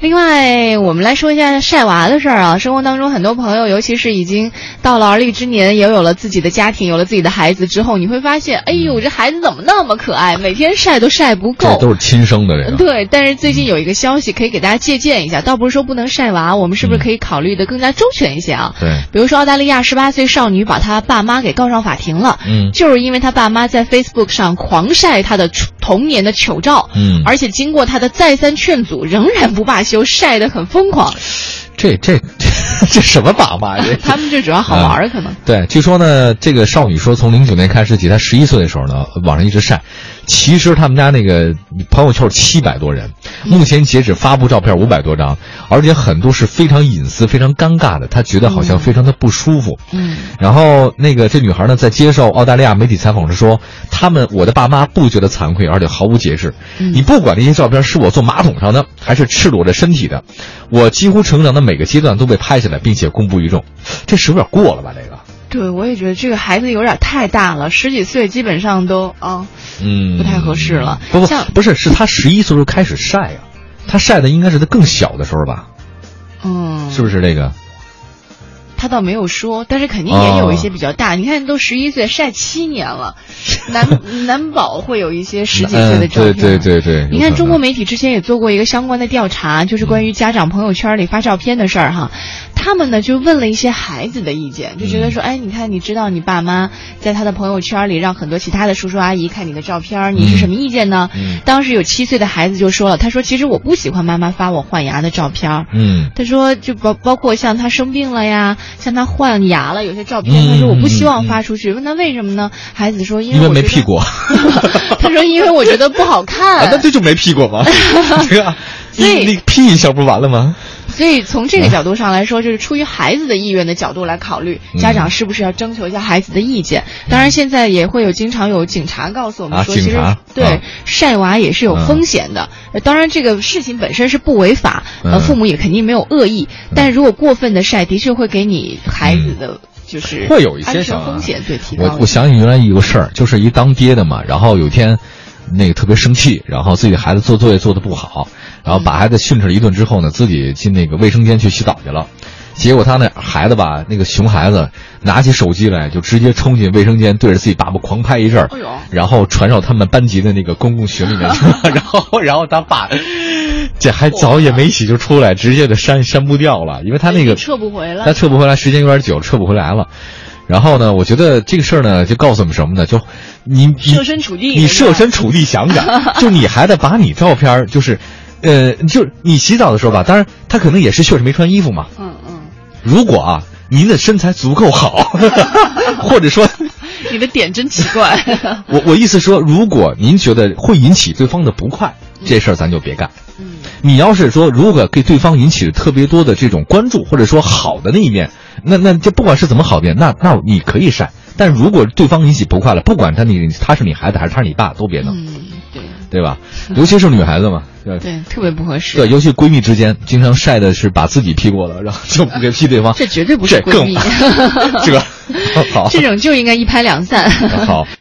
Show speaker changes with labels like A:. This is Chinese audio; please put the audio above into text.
A: 另外，我们来说一下晒娃的事儿啊。生活当中，很多朋友，尤其是已经到了而立之年，也有了自己的家庭，有了自己的孩子之后，你会发现，哎呦，这孩子怎么那么可爱，每天晒都晒不
B: 这
A: 够。
B: 嗯都是亲生的这个。
A: 对，但是最近有一个消息可以给大家借鉴一下，倒不是说不能晒娃，我们是不是
B: 嗯
A: 可以考虑的更加周全一些啊？
B: 对，
A: 比如说，澳大利亚十八岁少女把她爸妈给告上法庭了，
B: 嗯
A: 就是因为她爸妈在 Facebook 上狂晒她的初童年的丑照，
B: 嗯，
A: 而且经过她的再三劝阻，仍然不罢休，晒得很疯狂。？
B: 这这 这什么爸妈呀这
A: 他们这主要好玩儿，可能。
B: 对，据说呢，这个少女说，从零九年开始起，她十一岁的时候呢，网上一直晒。其实他们家那个朋友圈七百多人，目前截止发布照片五百多张，而且很多是非常隐私、非常尴尬的，她觉得好像非常的不舒服。
A: 嗯
B: 然后那个这女孩呢，在接受澳大利亚媒体采访时说，他们我的爸妈不觉得惭愧，而且毫无节制。
A: 嗯
B: 你不管那些照片是我坐马桶上的，还是赤裸着身体的，我几乎成长的每个阶段都被拍下来，并且公布于众，这是不是有点过了吧？这个，
A: 对，我也觉得这个孩子有点太大了，十几岁基本上都啊、
B: 嗯，
A: 不太合适了
B: 不不
A: 像
B: 不是，是他十一岁就开始晒啊，他晒的应该是他更小的时候吧？
A: 嗯，
B: 是不是这个？
A: 他倒没有说，但是肯定也有一些比较
B: 哦
A: 大。你看，都十一岁，晒七年了，难 难保会有一些十几岁的照片。啊
B: 嗯对对对对有
A: 你看
B: 可能
A: 中国媒体之前也做过一个相关的调查，就是关于家长朋友圈里发照片的事儿哈。他们呢就问了一些孩子的意见，就觉得说，
B: 嗯
A: 哎，你看，你知道你爸妈在他的朋友圈里让很多其他的叔叔阿姨看你的照片儿，你是
B: 嗯
A: 什么意见呢？
B: 嗯
A: 当时有七岁的孩子就说了，他说其实我不喜欢妈妈发我换牙的照片儿。
B: 嗯
A: 他说，就包包括像他生病了呀，像他换牙了，有些照片，他说
B: 嗯
A: 我不希望发出去。问他为什么呢？孩子说，因
B: 因为
A: 我
B: 没
A: 觉得
B: 屁股啊
A: 他说，因为我觉得不好看。
B: 啊，那这就没 P 过吗？对啊，
A: 所以
B: 你你 P 一下不完了吗？
A: 所以从这个角度上来说，就是出于孩子的意愿的角度来考虑，
B: 嗯
A: 家长是不是要征求一下孩子的意见？当然，现在也会有经常有警察告诉我们
B: 啊
A: 说，
B: 警
A: 其实
B: 察啊嗯
A: 对晒娃也是有风险的。呃当然，这个事情本身是不违法，呃，
B: 嗯
A: 父母也肯定没有恶意。但如果过分的晒，的确会给你孩子的就是
B: 嗯会有一些
A: 安
B: 想
A: 全
B: 法
A: 风险对提
B: 我
A: 高。
B: 我想起原来有个事儿，就是一当爹的嘛，然后有一天，那个特别生气，然后自己的孩子做作业做的不好，然后把孩子训斥了一顿之后呢，自己进那个卫生间去洗澡去了。结果他那孩子吧，那个熊孩子拿起手机来，就直接冲进卫生间，对着自己爸爸狂拍一阵儿
A: 哎呦，
B: 然后传到他们班级的那个公共群里 面去了。然后，然后他爸，这还澡也没洗就出来，直接给删删不掉了，因为他那个
A: 哎撤不回来
B: 他撤不回来，时间有点久，撤不回来了。然后呢，我觉得这个事儿呢，就告诉我们什么呢？就你你
A: 设身处地
B: 你设身处地想想， 就你还得把你照片儿就是，呃，就是你洗澡的时候吧，当然他可能也是确实没穿衣服嘛。
A: 嗯嗯，
B: 如果啊，您的身材足够好， 或者说，
A: 你的点真奇怪。
B: 我我意思说，如果您觉得会引起对方的不快，这事儿咱就别干。
A: 嗯。
B: 你要是说如果给对方引起了特别多的这种关注，或者说好的那一面，那那就不管是怎么好的一面，那那你可以晒。但如果对方引起不快了，不管他你他是你孩子还是他是你爸，都别弄，
A: 嗯，对
B: 对吧？尤其是女孩子嘛，对
A: 对，特别不合适。
B: 对，尤其闺蜜之间经常晒的是把自己 P 过了，然后就不给 P 对方，
A: 这绝对不是
B: 这
A: 闺
B: 更
A: 蜜
B: 这个好
A: 这种就应该一拍两散。
B: 好。